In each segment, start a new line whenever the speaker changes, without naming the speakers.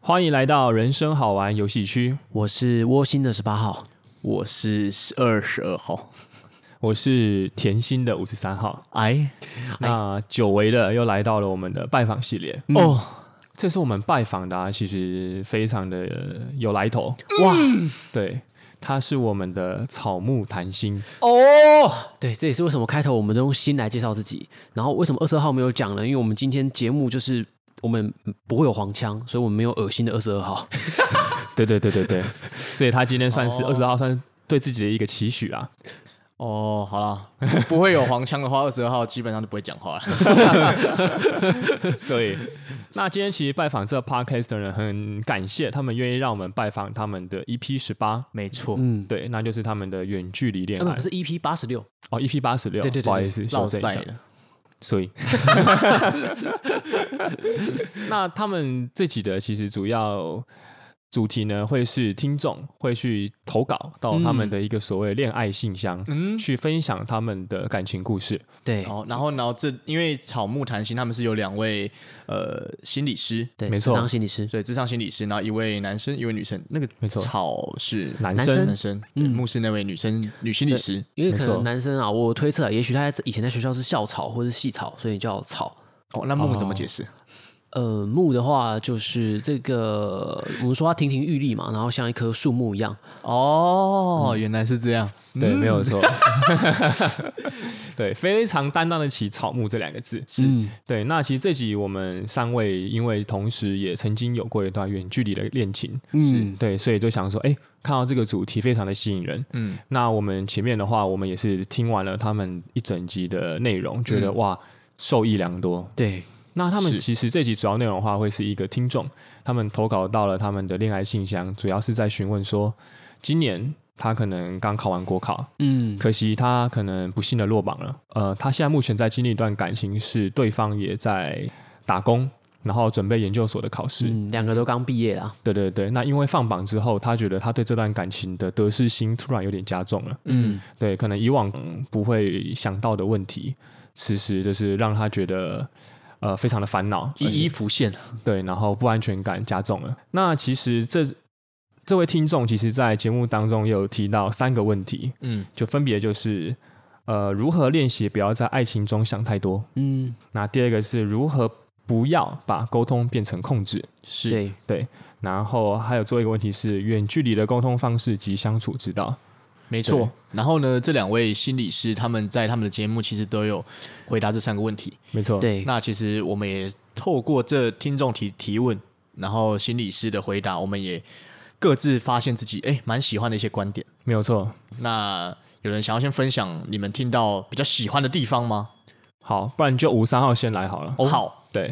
欢迎来到人生好玩游戏区，
我是窝心的十八号，
我是二十二号，
我是甜心的五十三号。
哎，
那久违的又来到了我们的拜访系列、哦，这是我们拜访的、啊，其实非常的呃有来头。
哇，
对，他是我们的草木谈心，
对，这也是为什么开头我们都用心来介绍自己，然后为什么二十二号没有讲呢？因为我们今天节目就是我们不会有黄腔，所以我们没有恶心的二十二号。
对对对对对， 哦所以他今天算是二十号，算是对自己的一个期许啊。
哦，好了，不会有黄腔的话，二十二号基本上就不会讲话了。
所以，那今天其实拜访这 podcast 的人，很感谢他们愿意让我们拜访他们的 EP 十八，
没错，
嗯，
对，那就是他们的远距离恋
那
爱
呃不是 EP 八十六，
哦，EP 八十六，
对对对对
不好意思，
落
修正一
赛
下。
了。
所以，那他们这集的其实主要主题呢，会是听众会去投稿到他们的一个所谓恋爱信箱，
嗯
去分享他们的感情故事。
对
哦，然后，然后这因为草木谈心，他们是有两位呃心理师，
对，
没错
智商心理师，
对，智商心理师，然后一位男生，一位女生。那个
没错
草是
男
男
生
男生，嗯对牧师那位女生女心理师，
因为可
没错
能男生啊，我推测啊，也许他在以前在学校是校草或者系草，所以叫草。
哦，那木怎么解释？
呃，木的话就是这个，我们说它亭亭玉立嘛，然后像一棵树木一样。
哦，原来是这样。
对，没有错。对，非常担当得起“草木”这两个字。是、对。那其实这集我们三位，因为同时也曾经有过一段远距离的恋情，
嗯，
对，所以就想说，哎、看到这个主题非常的吸引人。
嗯，
那我们前面的话，我们也是听完了他们一整集的内容，觉得、哇，受益良多。
对，
那他们
是
其实这集主要内容的话，会是一个听众，他们投稿到了他们的恋爱信箱，主要是在询问说，今年他可能刚考完国考，
嗯，
可惜他可能不幸的落榜了。呃，他现在目前在经历一段感情，是对方也在打工，然后准备研究所的考试。
嗯，两个都刚毕业啦。
对对对，那因为放榜之后，他觉得他对这段感情的得失心突然有点加重了。
嗯，
对，可能以往嗯不会想到的问题，此时就是让他觉得呃非常的烦恼，
一一浮现。
对，然后不安全感加重了。那其实这这位听众其实，在节目当中也有提到三个问题，
嗯，
就分别就是呃如何练习不要在爱情中想太多，
嗯，
那第二个是如何不要把沟通变成控制，
是。
对，
然后还有最后一个问题是远距离的沟通方式及相处之道。
没
对
错。然后呢，这两位心理师他们在他们的节目其实都有回答这三个问题。
没错，
对，
那其实我们也透过这听众提提问，然后心理师的回答，我们也各自发现自己哎蛮喜欢的一些观点。
没有错。
那有人想要先分享你们听到比较喜欢的地方吗？
好，不然就五三号先来好了。
好，
对，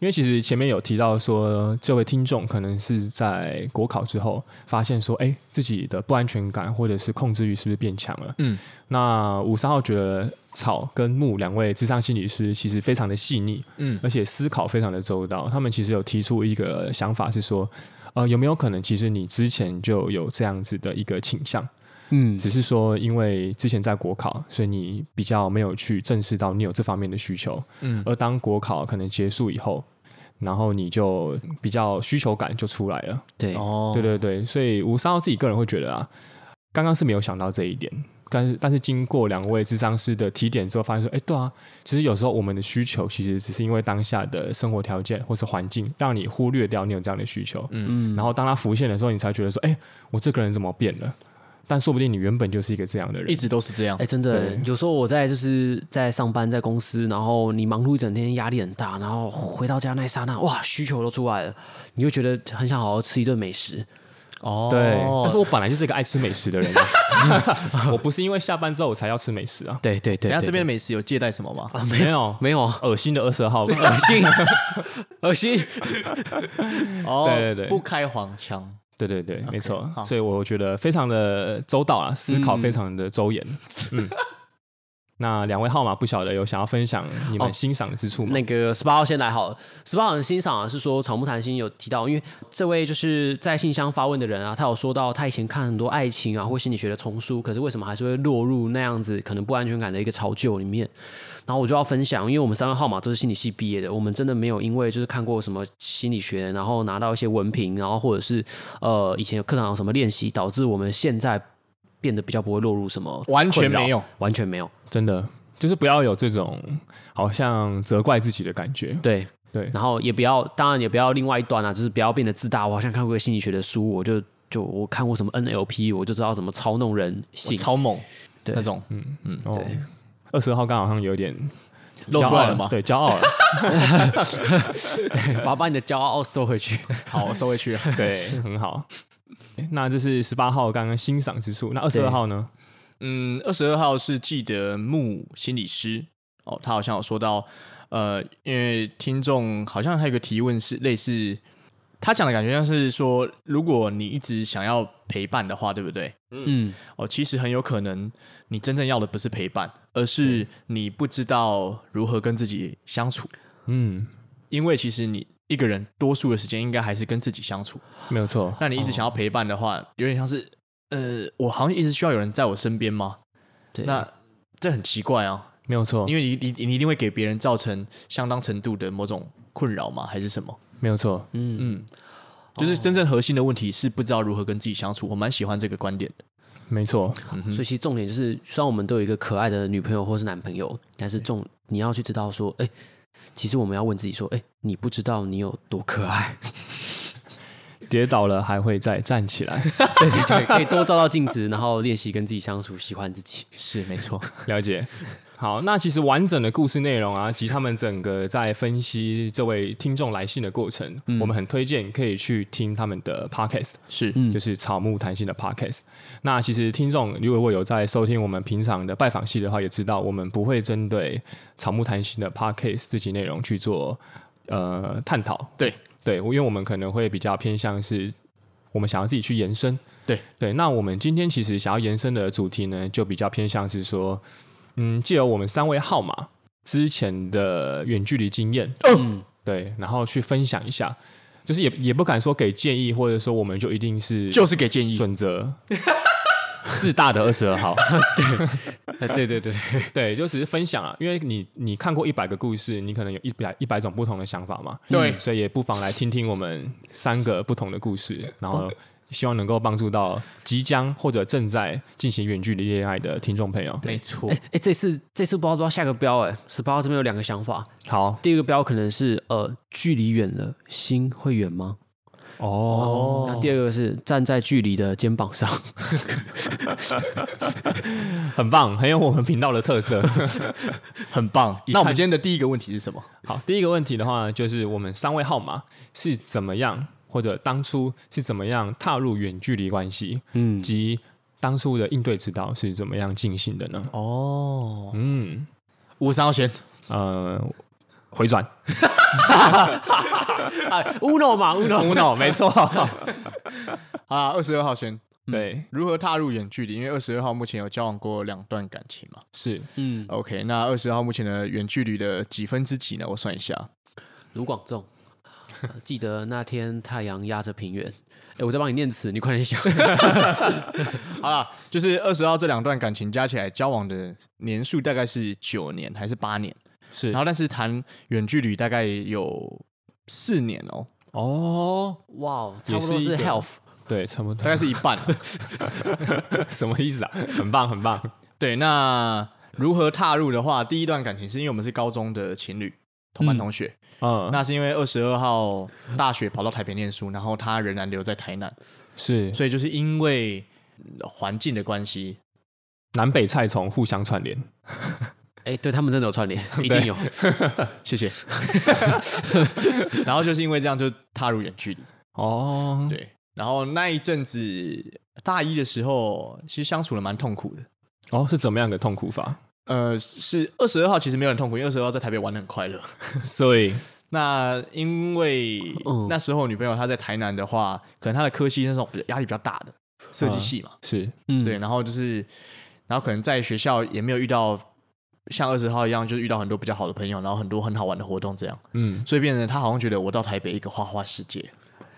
因为其实前面有提到说，这位听众可能是在国考之后发现说，哎，自己的不安全感或者是控制欲是不是变强了？
嗯，
那五三号觉得草跟木两位智商心理师其实非常的细腻，
嗯，
而且思考非常的周到。他们其实有提出一个想法是说，呃，有没有可能其实你之前就有这样子的一个倾向？
嗯，
只是说，因为之前在国考，所以你比较没有去正视到你有这方面的需求。
嗯，
而当国考可能结束以后，然后你就比较需求感就出来了。
对，
哦，
对，对对，所以吴三号自己个人会觉得啊，刚刚是没有想到这一点，但是但是经过两位智商师的提点之后，发现说，哎，对啊，其实有时候我们的需求其实只是因为当下的生活条件或是环境，让你忽略掉你有这样的需求。
嗯，
然后当它浮现的时候，你才觉得说，哎，我这个人怎么变了？但说不定你原本就是一个这样的人，
一直都是这样
哎、。真的
对，
有时候我在就是在上班，在公司，然后你忙碌一整天，压力很大，然后回到家那一刹那，哇，需求都出来了，你就觉得很想好好吃一顿美食。
哦，
对，但是我本来就是一个爱吃美食的人 啊，我不是因为下班之后我才要吃美食啊，
对对对
等一下这
对
边的美食有借贷什么吗？
啊，没
没
有
有，
没有啊，
恶心的二十二号，
恶心，恶心。
哦，
对对对
不开黄腔。
对对对，没错，
好
所以我觉得非常的周到啊，思考非常的周延，嗯。那两位号码不晓得有想要分享你们欣赏之处吗？
那个十八号先来好了，十八号很欣赏啊，是说草木谈心有提到，因为这位就是在信箱发问的人啊，他有说到他以前看很多爱情啊或心理学的丛书，可是为什么还是会落入那样子可能不安全感的一个潮臼里面？然后我就要分享，因为我们三位号码都是心理系毕业的，我们真的没有因为就是看过什么心理学，然后拿到一些文凭，然后或者是呃以前有课堂有什么练习，导致我们现在变得比较不会落入什么
完全
困扰
没有，
完全没有，
真的就是不要有这种好像责怪自己的感觉。
对，
对，
然后也不要，当然也不要另外一端啊，就是不要变得自大。我好像看过个心理学的书，我就就我看过什么 NLP，我就知道怎么操弄人
我
性。
超猛
对
那种，
哦，二十号刚好像有点
露出
骄傲
来了吗？
对，骄傲了。
对，把把你的骄傲收回去。
好，我收回 去了。
对，很好。那这是十八号刚刚欣赏之处，那二十二号呢？
嗯，二十二号是记得木心理师哦，他好像有说到，呃，因为听众好像还有个提问是类似，他讲的感觉像是说，如果你一直想要陪伴的话，对不对？
嗯，
哦，其实很有可能你真正要的不是陪伴，而是你不知道如何跟自己相处，
嗯，
因为其实你一个人多数的时间应该还是跟自己相处。
没有错。
那你一直想要陪伴的话，有点像是，呃，我好像一直需要有人在我身边吗？
对，
那这很奇怪啊。
没有错，
因为你你你一定会给别人造成相当程度的某种困扰吗？还是什么？
没有错。
嗯，就是真正核心的问题是不知道如何跟自己相处。我蛮喜欢这个观点的。
没错，
嗯
所以其实重点就是，虽然我们都有一个可爱的女朋友或是男朋友，但是重你要去知道说，哎、其实我们要问自己说，哎、你不知道你有多可 爱，
跌倒了还会再站起来。
对对对，可以多照照镜子，然后练习跟自己相处，喜欢自己。
是没错，
了解。好，那其实完整的故事内容啊，及他们整个在分析这位听众来信的过程，我们很推荐可以去听他们的 podcast，
是
就是草木谈心的 podcast。那其实听众如果有在收听我们平常的拜访系的话，也知道我们不会针对草木谈心的 podcast 这集内容去做呃探讨，
对，
对，因为我们可能会比较偏向是，我们想要自己去延伸。
对
对，那我们今天其实想要延伸的主题呢，就比较偏向是说，嗯，借由我们三位号码之前的远距离经验，嗯，对，然后去分享一下，就是也也不敢说给建议，或者说我们就一定是
就是给建议。
准则。 自大的二十二 号，
哎，对对对对，
对，就只是分享啊，因为你你看过一百个故事，你可能有一百一百种不同的想法嘛，嗯
对
所以也不妨来听听我们三个不同的故事，然 后希望能够帮助到即将或者正在进行远距离恋爱的听众朋友。
没错，
哎、这次这次不知道不知道下个标哎、十八号这边有两个想法，
好
第一个标可能是呃，距离远了，心会远吗？
哦，
那第二个是站在距离的肩膀上，
很棒，很有我们频道的特色。
很棒。那我们今天的第一个问题是什么？
好，第一个问题的话，就是我们三位号码是怎么样，或者当初是怎么样踏入远距离关系，
嗯，
及当初的应对之道是怎么样进行的呢？
哦，
嗯，
五三号先，
呃，回 转。哎
乌诺嘛，乌 诺，
无脑，哦没错。
好啦，二十二号先。
对，
如何踏入远距离？因为二十二号目前有交往过两段感情嘛。
是
嗯，
OK，那二十号目前的远距离的几分之几呢？我算一下，
卢广仲、呃记得那天太阳压着平原。哎，我在帮你念词，你快 点想。
好啦，就是二十号这两段感情加起来交往的年数大概是九年还是八年？
是
然后但是谈远距离大概有四年哦，
哦，
哇哦，差不多
也是
是
一个
health，
对，差不多，
大概是一半。啊
什么意思啊？很棒，很棒，
对，那如何踏入的话，第一段感情是因为我们是高中的情侣，同班同学。
嗯，
那是因为二十二号大学跑到台北念书，然后他仍然留在台南，
嗯是
所以就是因为嗯环境的关系，
南北菜虫互相串联，
哎，对他们真的有 串联，一定有。
谢谢。 然后就是因为这样就踏入远距离。
哦，
对，然后那一阵子大一的时候，其实相处的蛮痛苦的。
哦，是怎么样的痛苦法？
呃，是二十二号其实没有很痛苦，因为二十二号在台北玩的很快乐。
所以
那因为
嗯
那时候女朋友她在台南的话，可能她的科系是那种比较压力比较大的设计系嘛，
是
嗯，
对，，然后就是，然后可能在学校也没有遇到像二十号一样，就是遇到很多比较好的朋友，然后很多很好玩的活动，这样，
嗯，
所以变成他好像觉得我到台北一个花花世界，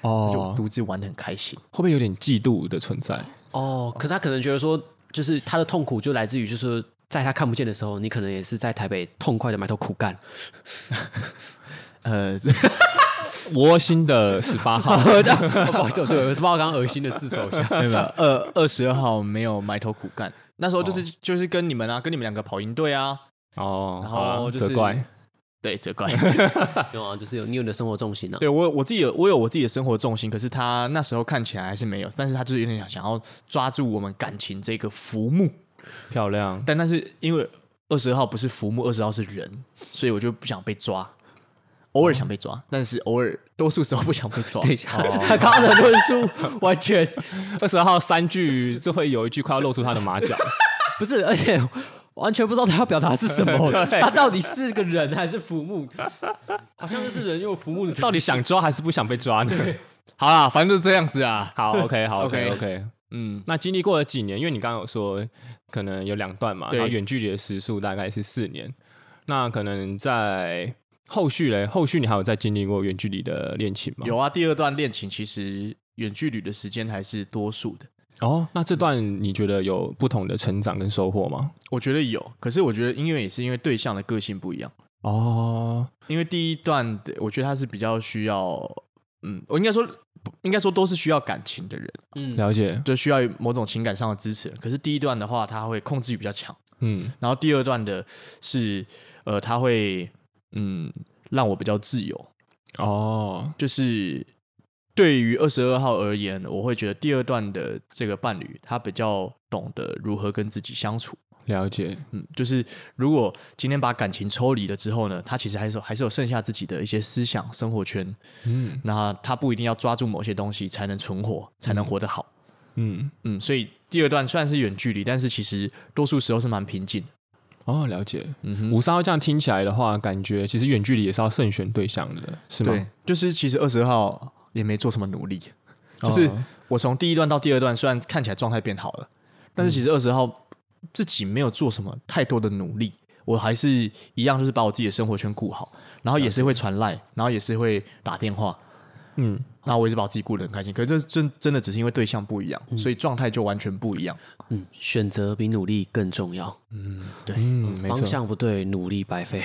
就
哦，
独自玩的很开心。
会不会有点嫉妒的存在？
哦，可他可能觉得说，就是他的痛苦就来自于，就是在他看不见的时候，你可能也是在台北痛快的埋头苦 干。
呃，
嗯
窝心的十八号，
我这样，不好意思，对，我是把我刚刚恶心的自首一下。
没有没有， 二二十二号没有埋头苦干，那时候就是、
哦
就是跟你们啊，跟你们两个跑赢队啊，
哦，
然
好啦
后就是
责怪，
对，责怪。
有啊，就是有你有你的生活重心啊。
对我有我自己有我有我自己的生活重心，可是他那时候看起来还是没有，但是他就是有点想想要抓住我们感情这个浮木，
漂亮，
但但是因为二十号不是浮木，二十号是人，所以我就不想被抓。偶尔想被抓，但是偶尔多数时候不想被抓。
等一下， 他刚刚的论述完全
二十号三句，这会有一句快要露出他的 马脚。
不是，而且完全不知道他要表达是什么。他到底是个人还是浮木？好像就是人又浮 木的，
到底想抓还是不想被抓呢？
好啦，反正就是这样子啊。
好，OK，好
OK
，OK，OK。
嗯，
那经历过了几年，因为你刚刚有说可能有两段嘛，
对
然后远距离的时速大概是四年。那可能在后续嘞，后续你还有再经历过远距离的恋情吗？
有啊。第二段恋情其实远距离的时间还是多数的，
哦，那这段你觉得有不同的成长跟收获吗？
我觉得有。可是我觉得因为也是因为对象的个性不一样，
哦，
因为第一段的我觉得他是比较需要，嗯，我应该说应该说都是需要感情的人，
嗯，
了解，
就需要某种情感上的支持。可是第一段的话，他会控制欲比较强。
嗯，
然后第二段的是，呃，他会嗯让我比较自由，
哦，
就是对于二十二号而言，我会觉得第二段的这个伴侣他比较懂得如何跟自己相处。
了解，
嗯，就是如果今天把感情抽离了之后呢，他其实还是有还是有剩下自己的一些思想生活圈，
嗯
那他不一定要抓住某些东西才能存活，才能活得好。
嗯，
嗯，所以第二段虽然是远距离，但是其实多数时候是蛮平静的。
哦，了解。
嗯哼，
五三幺这样听起来的话，感觉其实远距离也是要慎选对象的，是吗？
对，就是其实二十号也没做什么努力，就是
哦
我从第一段到第二段，虽然看起来状态变好了，但是其实二十号自己没有做什么太多的努力，我还是一样就是把我自己的生活圈顾好，然后也是会传赖，然后也是会打电话，
嗯，
然后我也是把我自己顾得很开心。可是这真真的只是因为对象不一样，所以状态就完全不一样。
嗯，选择比努力更重要。
嗯，没
方
错，
向不对，努力白费。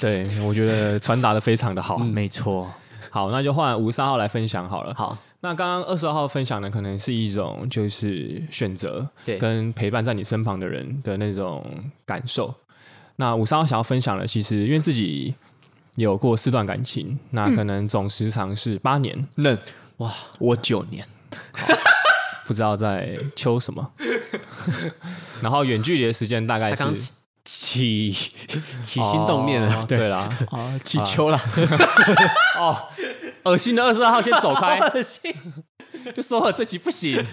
对我觉得传达的非常的好。
没错，
好，那就换五十三号来分享好了。
好，
那刚刚二十号分享的可能是一种就是选择，
对
跟陪伴在你身旁的人的那种感受。那五十号想要分享的，其实因为自己有过四段感情，
嗯
那可能总时长是八年，
那哇，我九年，
不知道在秋什么。 然后远距离的时间大概
他
是
刚起起起心动念
哦
了，对，
对啦，
啊， 起秋了，
哦，恶心的二十二号先走 开，
恶心。
就说了这集不行。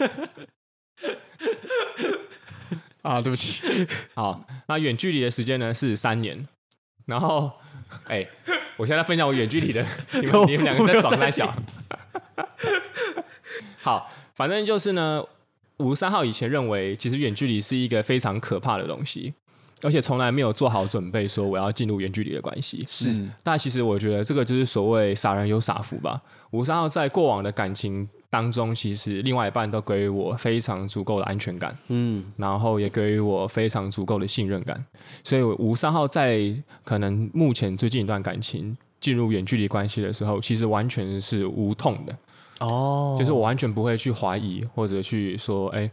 啊，对不起，
好，那远距离的时间呢是三年，然后，哎、我现在分享我远距离的，你们你们两个在爽在想。好，反正就是呢，五十三号以前认为其实远距离是一个非常可怕的东西，而且从来没有做好准备说我要进入远距离的关系。
是
但其实我觉得这个就是所谓傻人有傻福吧。五十三号在过往的感情当中，其实另外一半都给予我非常足够的安全感。
嗯，
然后也给予我非常足够的信任感。所以吴三号在可能目前最近一段感情进入远距离关系的时候，其实完全是无痛的，
哦，
就是我完全不会去怀疑或者去说，哎，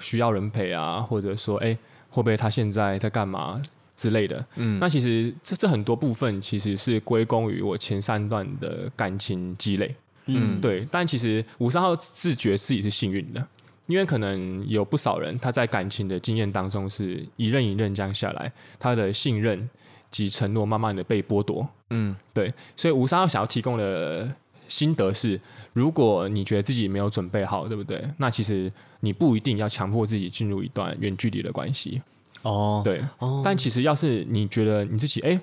需要人陪啊，或者说，哎，会不会他现在在干嘛之类的。
嗯
那其实这这很多部分其实是归功于我前三段的感情积累。
嗯，
对，但其实五三号自觉自己是幸运的，因为可能有不少人他在感情的经验当中是一任一任这样下来，他的信任及承诺慢慢的被剥夺。
嗯，
对，所以五三号想要提供的心得是，如果你觉得自己没有准备好，对不对？那其实你不一定要强迫自己进入一段远距离的关系。
哦，
对，
哦，
但其实要是你觉得你自己，哎、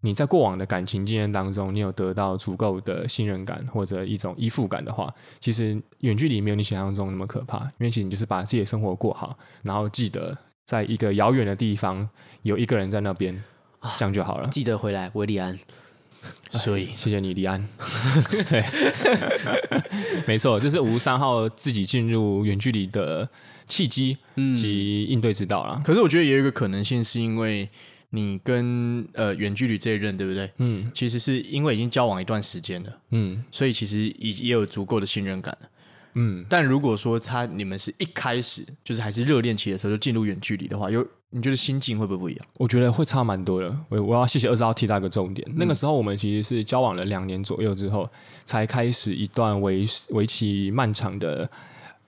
你在过往的感情经验当中，你有得到足够的信任感或者一种依附感的话，其实远距离没有你想象中那么可怕，因为其实你就是把自己的生活过好，然后记得在一个遥远的地方，有一个人在那边，这样就好了。
记得回来，维利安。
所以
谢谢你，李安。 对，没错，这是吴三号自己进入远距离的契机及应对之道啦。
可是我觉得也有一个可能性，是因为你跟呃远距离这一任，对不对？
嗯
其实是因为已经交往一段时间了，
嗯
所以其实已也有足够的信任感了。
嗯，
但如果说他你们是一开始就是还是热恋期的时候就进入远距离的话，有你觉得心境会不会不一样？
我觉得会差蛮多的。我我要谢谢二十号提到一个重点，那个时候我们其实是交往了两年左右之后，才开始一段为为期漫长的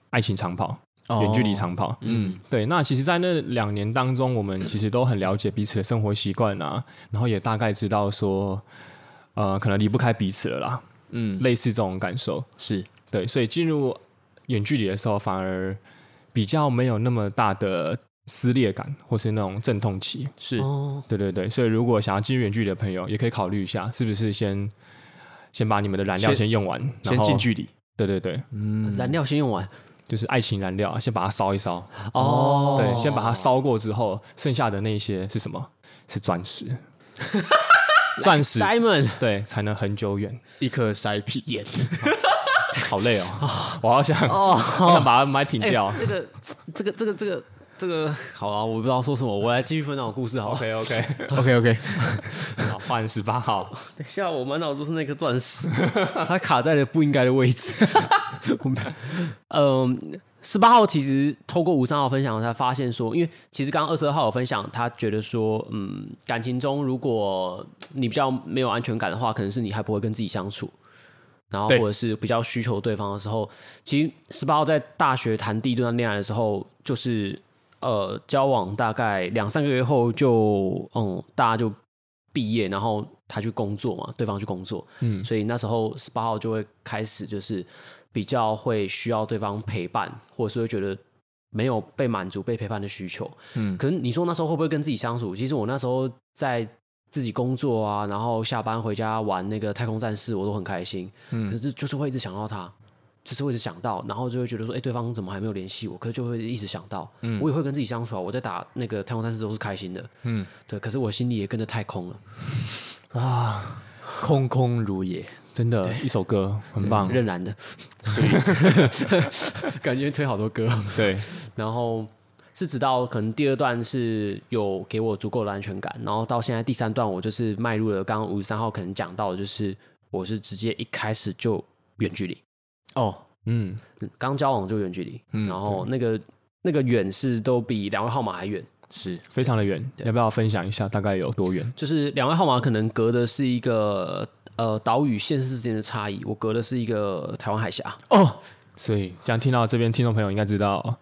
爱情长跑，远距离长跑。
哦嗯，
对，那其实，在那两年当中，我们其实都很了解彼此的生活习惯啊，然后也大概知道说，呃，可能离不开彼此了啦，
嗯，
类似这种感受。
是
对，所以进入远距离的时候，反而比较没有那么大的撕裂感，或是那种阵痛期。
是、
哦，
对对对，所以如果想要进入远距离的朋友，也可以考虑一下，是不是先先把你们的燃料
先
先用完，然
先
后
近距离，
对对对，
嗯，
燃料先用完。
就是爱情燃料啊，先把它烧一烧。
哦，
对，先把它烧过之后，剩下的那些是什么？是钻石，钻石，
Diamond。
对，才能很久远。
一颗塞屁眼，
好累哦，我好想， 我想把它买停
哎
掉。
这个，这个，这个，这个，这个，好啊！我不知道说什么，我来继续分享我故事好了。
OK OK，
OK OK，
好，换十八号。
等一下，我满脑都是那颗钻石， 它卡在了不应该的位置。 我们嗯，十八号其实透过吴三号分享，我才发现说，因为其实刚刚二十二号有分享，他觉得说，嗯，感情中如果你比较没有安全感的话，可能是你还不会跟自己相处，然后或
对
者是比较需求对方的时候，其实十八号在大学谈第一段恋爱的时候，就是呃交往大概两三个月后就嗯大家就毕业，然后他去工作嘛，对方去工作，嗯，所以那时候十八号就会开始就是比较会需要对方陪伴，或者是会觉得没有被满足、被陪伴的需求。
嗯
可是你说那时候会不会跟自己相处？其实我那时候在自己工作啊，然后下班回家玩那个太空战士，我都很开心。可是就是会一直想到他，就是会一直想到，然后就会觉得说，哎、对方怎么还没有联系我？可是就会一直想到，我也会跟自己相处啊。我在打那个太空战士都是开心的，嗯，对。可是我心里也跟着太空了，
哇，
空空如也，
真的，一首歌很
嗯
棒。
任然 的，
所以
感觉推好多歌。
对，
然后是直到可能第二段是有给我足够的安全感，然后到现在第三段我就是迈入了刚刚五十三号可能讲到的，就是我是直接一开始就远距离，
哦，
嗯，
嗯刚交往就远距离，
嗯
然后那个那个远是都比两位号码还远，
是
非常的远，要不要分享一下大概有多远？
就是两位号码可能隔的是一个呃岛屿县市之间的差异，我隔的是一个台湾海峡，
哦，
所以这样听到这边听众朋友应该知道哦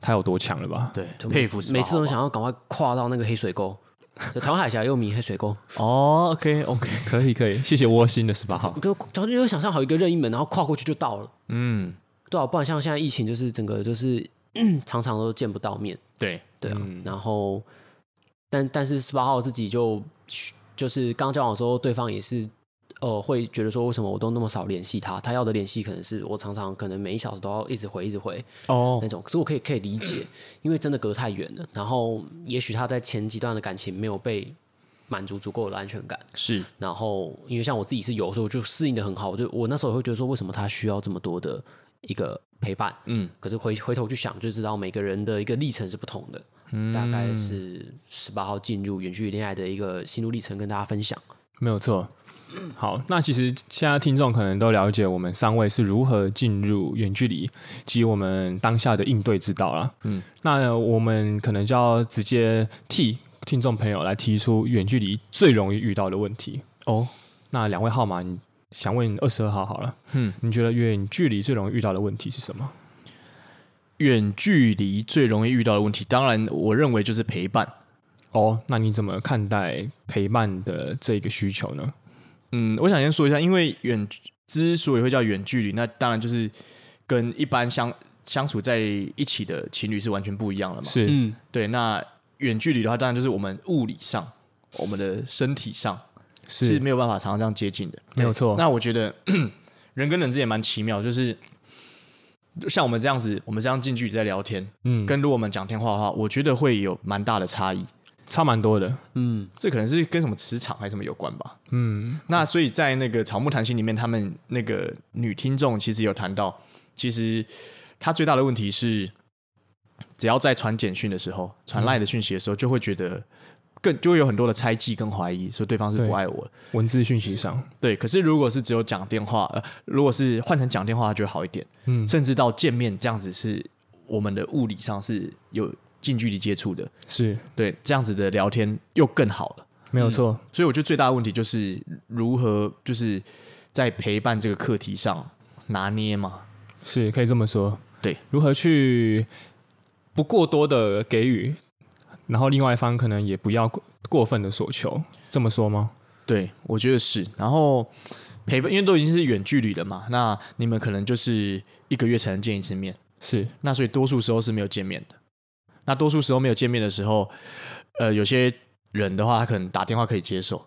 他有多强了吧？
对，
就
佩服18号吧，
每次都想要赶快跨到那个黑水沟， 就台湾海峡又迷黑水沟。
哦，OK OK，
可以可以，谢谢窝心的十八号。
就早就有想象好一个任意门，然后跨过去就到了。
嗯，
对啊，不然像现在疫情，就是整个就是 常常都见不到面，
对，
对啊。然后，但但是十八号自己就就是刚交往的时候，对方也是呃会觉得说，为什么我都那么少联系他？他要的联系可能是我常常可能每一小时都要一直回一直回
哦
那，种。可是我可以可以理解，因为真的隔太远了。然后也许他在前几段的感情没有被满足足够的安全感。
是
然后因为像我自己是有时候就适应的很好，我就我那时候会觉得说，为什么他需要这么多的一个陪伴？
嗯，
可是回回头去想，就知道每个人的一个历程是不同的。
嗯
大概是十八号进入远距离恋爱的一个心路历程，跟大家分享。
没有错。好，那其实现在听众可能都了解我们三位是如何进入远距离及我们当下的应对之道了。嗯，那我们可能就要直接替听众朋友来提出远距离最容易遇到的问题。
哦，
那两位号码，你想问二十二号好了。嗯，你觉得远距离最容易遇到的问题是什么？
远距离最容易遇到的问题，当然我认为就是陪伴。
哦，那你怎么看待陪伴的这个需求呢？
嗯，我想先说一下，因为远之所以会叫远距离，那当然就是跟一般相相处在一起的情侣是完全不一样了嘛。
是，
嗯，
对，那远距离的话，当然就是我们物理上、我们的身体上是
是，哦
没有办法常常这样接近的。
没有错。
那我觉得人跟人之间也蛮奇妙，就是像我们这样子，我们这样近距离在聊天，
嗯，跟
跟如果我们讲电话的话，我觉得会有蛮大的差异。
差蛮多的，
嗯，
这可能是跟什么磁场还是什么有关吧。
嗯，
那所以在那个草木谈心里面，他们那个女听众其实有谈到，其实她最大的问题是，只要在传简讯的时候，传赖的讯息的时候，就会觉得更就会有很多的猜忌跟怀疑，说对方是不
对
爱我了
文字讯息上，
对，可是如果是只有讲电话，呃，如果是换成讲电话，就会好一点。
嗯，
甚至到见面这样子，是我们的物理上是有近距离接触的，
是
对，这样子的聊天又更好了。
没有错，
所以我觉得最大的问题就是如何就是在陪伴这个课题上拿捏嘛。
是可以这么说。
对，
如何去不过多的给予，然后另外一方可能也不要过过分的所求，这么说吗？
对，我觉得是。然后陪伴，因为都已经是远距离了嘛，那你们可能就是一个月才能见一次面，
是
那所以多数时候是没有见面的。那多数时候没有见面的时候，呃，有些人的话，他可能打电话可以接受；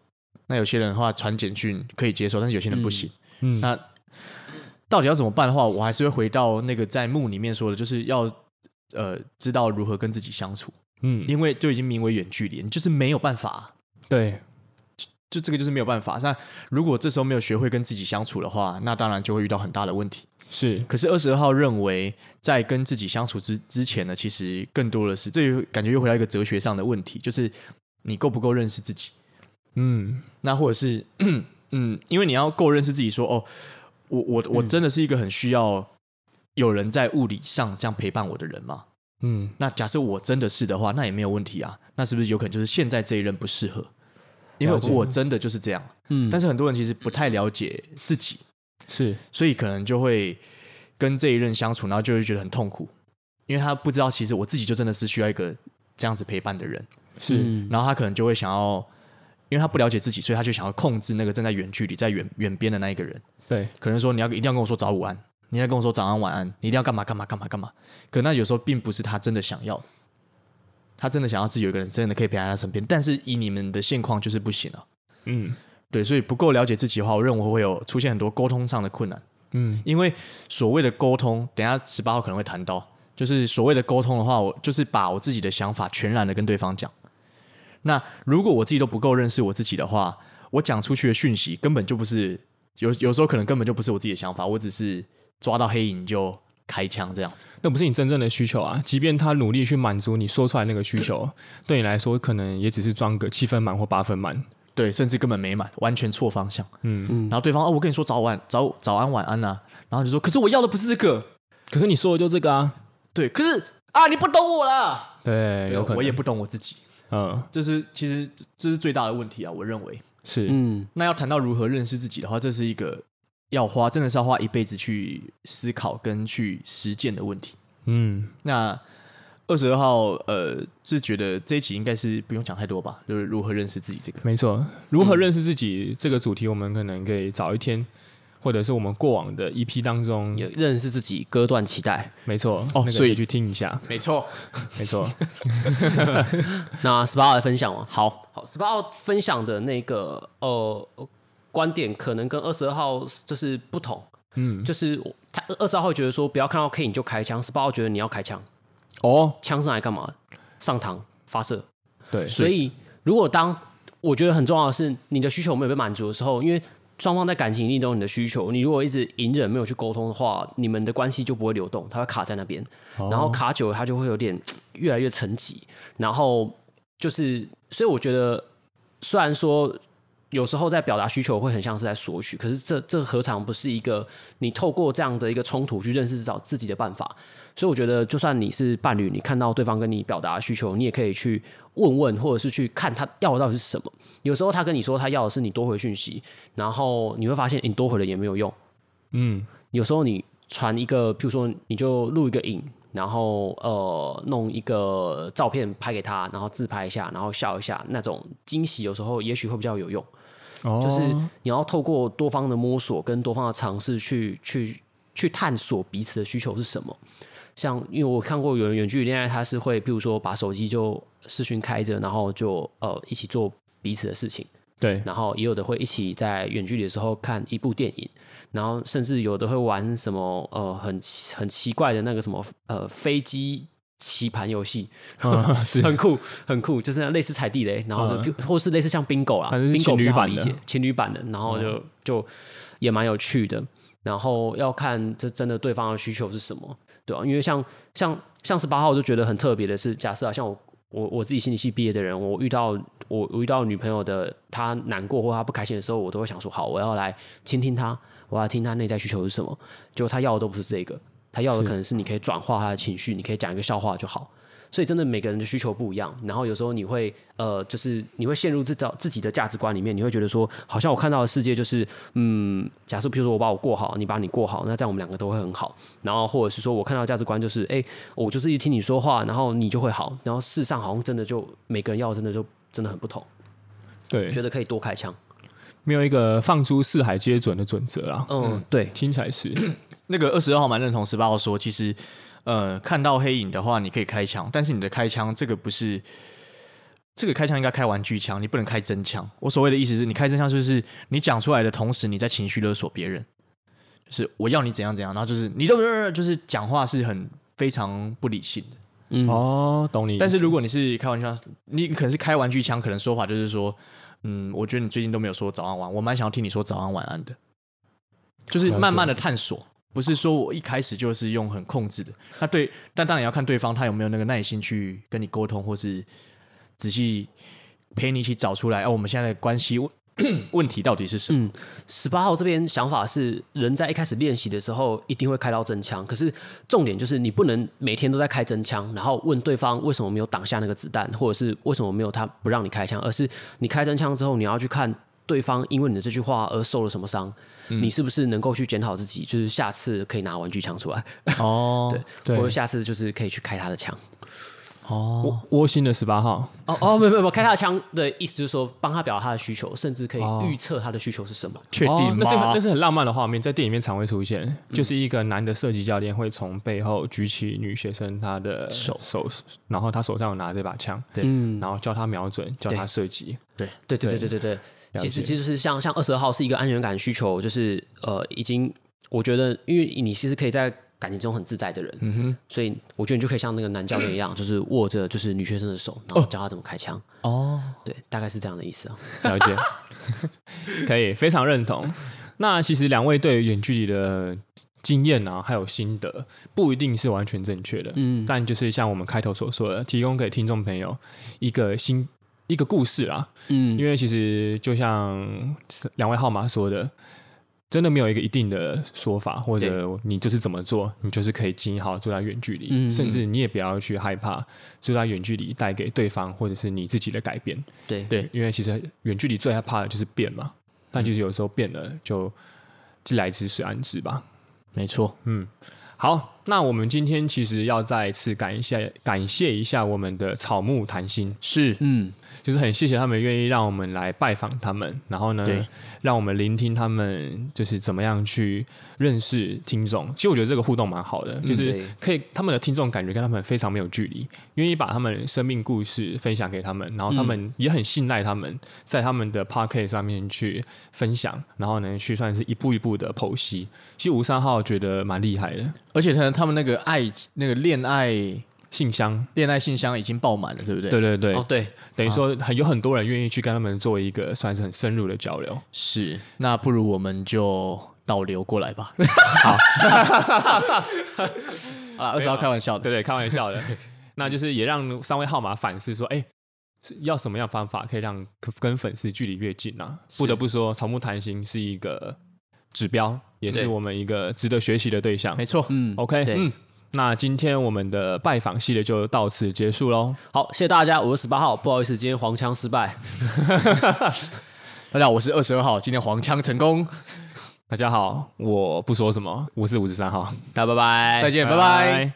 那有些人的话，传简讯可以接受，但是有些人不行。
嗯
那到底要怎么办的话，我还是会回到那个在幕里面说的，就是要呃知道如何跟自己相处，
嗯，
因为就已经名为远距离，你就是没有办法，
对，
就这个就是没有办法。那如果这时候没有学会跟自己相处的话，那当然就会遇到很大的问题。
是
可是二十二号认为，在跟自己相处之之前呢，其实更多的是，这又感觉又回到一个哲学上的问题，就是你够不够认识自己。
嗯，
那或者是 嗯，因为你要够认识自己说，哦，我我
嗯
我真的是一个很需要有人在物理上这样陪伴我的人嘛。
嗯，
那假设我真的是的话，那也没有问题啊。那是不是有可能就是现在这一任不适合？因为
了解
我真的就是这样。
嗯
但是很多人其实不太了解自己，
是
所以可能就会跟这一任相处，然后就会觉得很痛苦，因为他不知道其实我自己就真的是需要一个这样子陪伴的人。
是，
嗯
然后他可能就会想要，因为他不了解自己，所以他就想要控制那个正在远距离、在远远边的那一个人。
对，
可能说你要一定要跟我说早午安，你要跟我说早安晚安，你一定要干嘛干嘛干嘛干嘛。可那有时候并不是他真的想要的，他真的想要自己有一个人真的可以陪在他身边，但是以你们的现况就是不行啊。
嗯
对，所以不够了解自己的话，我认为会有出现很多沟通上的困难。
嗯，
因为所谓的沟通，等一下十八号可能会谈到，就是所谓的沟通的话，我就是把我自己的想法全然的跟对方讲。那如果我自己都不够认识我自己的话，我讲出去的讯息根本就不是有有时候可能根本就不是我自己的想法，我只是抓到黑影就开枪这样子。
那不是你真正的需求啊。即便他努力去满足你说出来那个需求，对你来说可能也只是装个七分满或八分满。
对，甚至根本没满，完全错方向。
嗯，
然后对方哦，我跟你说早晚早早安晚安啊，然后你就说，可是我要的不是这个，
可是你说的就这个啊，
对，可是啊，你不懂我啦，
对，有可能，
我也不懂我自己，
嗯，
这是其实这是最大的问题啊，我认为。
是，
嗯
那要谈到如何认识自己的话，这是一个要花真的是要花一辈子去思考跟去实践的问题。
嗯，
那二十二号，呃，是觉得这一集应该是不用讲太多吧，就是如何认识自己这个。
没错，如何认识自己这个主题，我们可能可以早一天，或者是我们过往的 EP 当中，
也认识自己，割断脐带。
没错，
哦
那个
所以
可去听一下，
没错，
没错，
那十八号来分享吗？好好，十八号分享的那个呃观点，可能跟二十二号就是不同。嗯，就是我他二十二号会觉得说不要看到 K 你就开枪，十八号觉得你要开枪，
哦，
枪是拿来干嘛的？上膛发射。
对，
所以如果当我觉得很重要的是你的需求没有被满足的时候，因为双方在感情一定都有你的需求，你如果一直隐忍没有去沟通的话，你们的关系就不会流动，它会卡在那边，然后卡久了它就会有点越来越沉寂，然后就是所以我觉得虽然说。有时候在表达需求会很像是在索取，可是这这何尝不是一个你透过这样的一个冲突去认识到自己的办法？所以我觉得，就算你是伴侣，你看到对方跟你表达的需求，你也可以去问问，或者是去看他要的到底是什么。有时候他跟你说他要的是你多回讯息，然后你会发现诶你多回了也没有用。
嗯，
有时候你传一个，譬如说你就录一个影，然后呃弄一个照片拍给他，然后自拍一下，然后笑一下，那种惊喜有时候也许会比较有用。
哦，
就是你要透过多方的摸索跟多方的尝试去去去探索彼此的需求是什么。像因为我看过有人远距离恋爱，他是会比如说把手机就视讯开着，然后就呃一起做彼此的事情，
对
然后也有的会一起在远距离的时候看一部电影，然后甚至有的会玩什么呃很奇很奇怪的那个什么呃飞机棋盘游戏，
嗯是 嗯
很酷很酷，就是类似踩地雷，然后就、或是类似像 bingo 啦
反正是
，bingo
情侣
比较好
版
理
的嗯
解，情侣版的，然后就、就也蛮有趣的，然后要看这真的对方的需求是什么，对啊，因为像像像十八号，我就觉得很特别的是，假设啊，像我我我自己心理系毕业的人，我遇到我我遇到女朋友的她难过或她不开心的时候，我都会想说，好，我要来倾听她，我要听她内在需求是什么。结果她要的都不是这个，她要的可能是你可以转化她的情绪，你可以讲一个笑话就好。所以真的每个人的需求不一样，然后有时候你会呃，就是你会陷入自找自己的价值观里面，你会觉得说，好像我看到的世界就是，嗯，假设比如说我把我过好，你把你过好，那这样我们两个都会很好。然后或者是说我看到的价值观就是，哎、我就是一听你说话，然后你就会好。然后事实上好像真的就每个人要的真的就真的很不同，
对，
觉得可以多开枪。
没有一个放诸四海皆准的准则啦。
嗯，对，
听起来是
那个二十二号蛮认同十八号说，其实呃，看到黑影的话，你可以开枪，但是你的开枪这个不是这个开枪应该开玩具枪，你不能开真枪。我所谓的意思是你开真枪，就是你讲出来的同时，你在情绪勒索别人，就是我要你怎样怎样，然后就是你都就是讲话是很非常不理性的。
嗯，
哦，懂你意思。
但是如果你是开玩笑，你可能是开玩具枪，可能说法就是说，嗯，我觉得你最近都没有说早安晚安，我蛮想要听你说早安晚安的，就是慢慢的探索，不是说我一开始就是用很控 制的。那对，但当然也要看对方他有没有那个耐心去跟你沟通，或是仔细陪你一起找出来，哦，我们现在的关系问问题到底是什么？
十八号这边想法是，人在一开始练习的时候一定会开到真枪，可是重点就是你不能每天都在开真枪，然后问对方为什么没有挡下那个子弹，或者是为什么没有他不让你开枪，而是你开真枪之后，你要去看对方因为你的这句话而受了什么伤，你是不是能够去检讨自己，就是下次可以拿玩具枪出来，
哦，
对
或者下次就是可以去开他的枪。
窝哦窝心的十八号，
哦哦，没有没有，没有开他的枪的意思就是说帮他表达他的需求，甚至可以预测他的需求是什么。
确定
哦那
吗？
是很那是很浪漫的画面，在电影里面常会出现，就是一个男的射击教练会从背后举起女学生她的
手
手，然后他手上有拿这把枪，
对
嗯，然后叫他瞄准，叫他射击，
对对对对对对，其
解
实其实就是像像二十二号是一个安全感需求，就是呃，已经我觉得，因为你其实可以在感情中很自在的人，嗯哼，所以我觉得你就可以像那个男教练一样，就是握着就是女学生的手，然后教她怎么开枪，
哦，
对，大概是这样的意思啊。
了解， 可以非常认同。那其实两位对于远距离的经验啊，还有心得，不一定是完全正确的，嗯，但就是像我们开头所说的，提供给听众朋友一个新一个故事啊啦，
嗯，
因为其实就像两位号码说的，真的没有一个一定的说法，或者你就是怎么做，你就是可以经营好住在远距离，
嗯
甚至你也不要去害怕住在远距离带给对方或者是你自己的改变，
对
对
因为其实远距离最害怕的就是变嘛，但其实有时候变了就既来之随安之吧。
没错，
好，那我们今天其实要再次感谢感谢一下我们的草木谈心，
是
嗯，
就是很谢谢他们愿意让我们来拜访他们，然后呢
对，
让我们聆听他们就是怎么样去认识听众。其实我觉得这个互动蛮好的，就是
对
可以他们的听众感觉跟他们非常没有距离，愿意把他们生命故事分享给他们，然后他们也很信赖他们，在他们的 p o c a s t 上面去分享，然后呢去算是一步一步的剖析。其实吴三号觉得蛮厉害的，
而且他他们那个爱那个恋爱。
信箱，
恋爱信箱已经爆满了，对不对？
对对对，
哦对，
等于说很有很多人愿意去跟他们做一个算是很深入的交流。
是，那不如我们就倒流过来吧。好，好了，二十号开玩笑的，
对对，开玩笑的。 那就是也让三位号码反思说，哎、是要什么样的方法可以让跟粉丝距离越近啊？不得不说，草木谈心是一个指标，也是
对
我们一个值得学习的对象
没。错。
嗯
OK，
对
嗯，那今天我们的拜访系列就到此结束喽。
好，谢谢大家，我是十八号，不好意思，今天黄腔失败，
大家好，我是二十二号，今天黄腔成功，
大家好，我不说什么，我是五十三号，
大家拜拜，
再见，拜拜。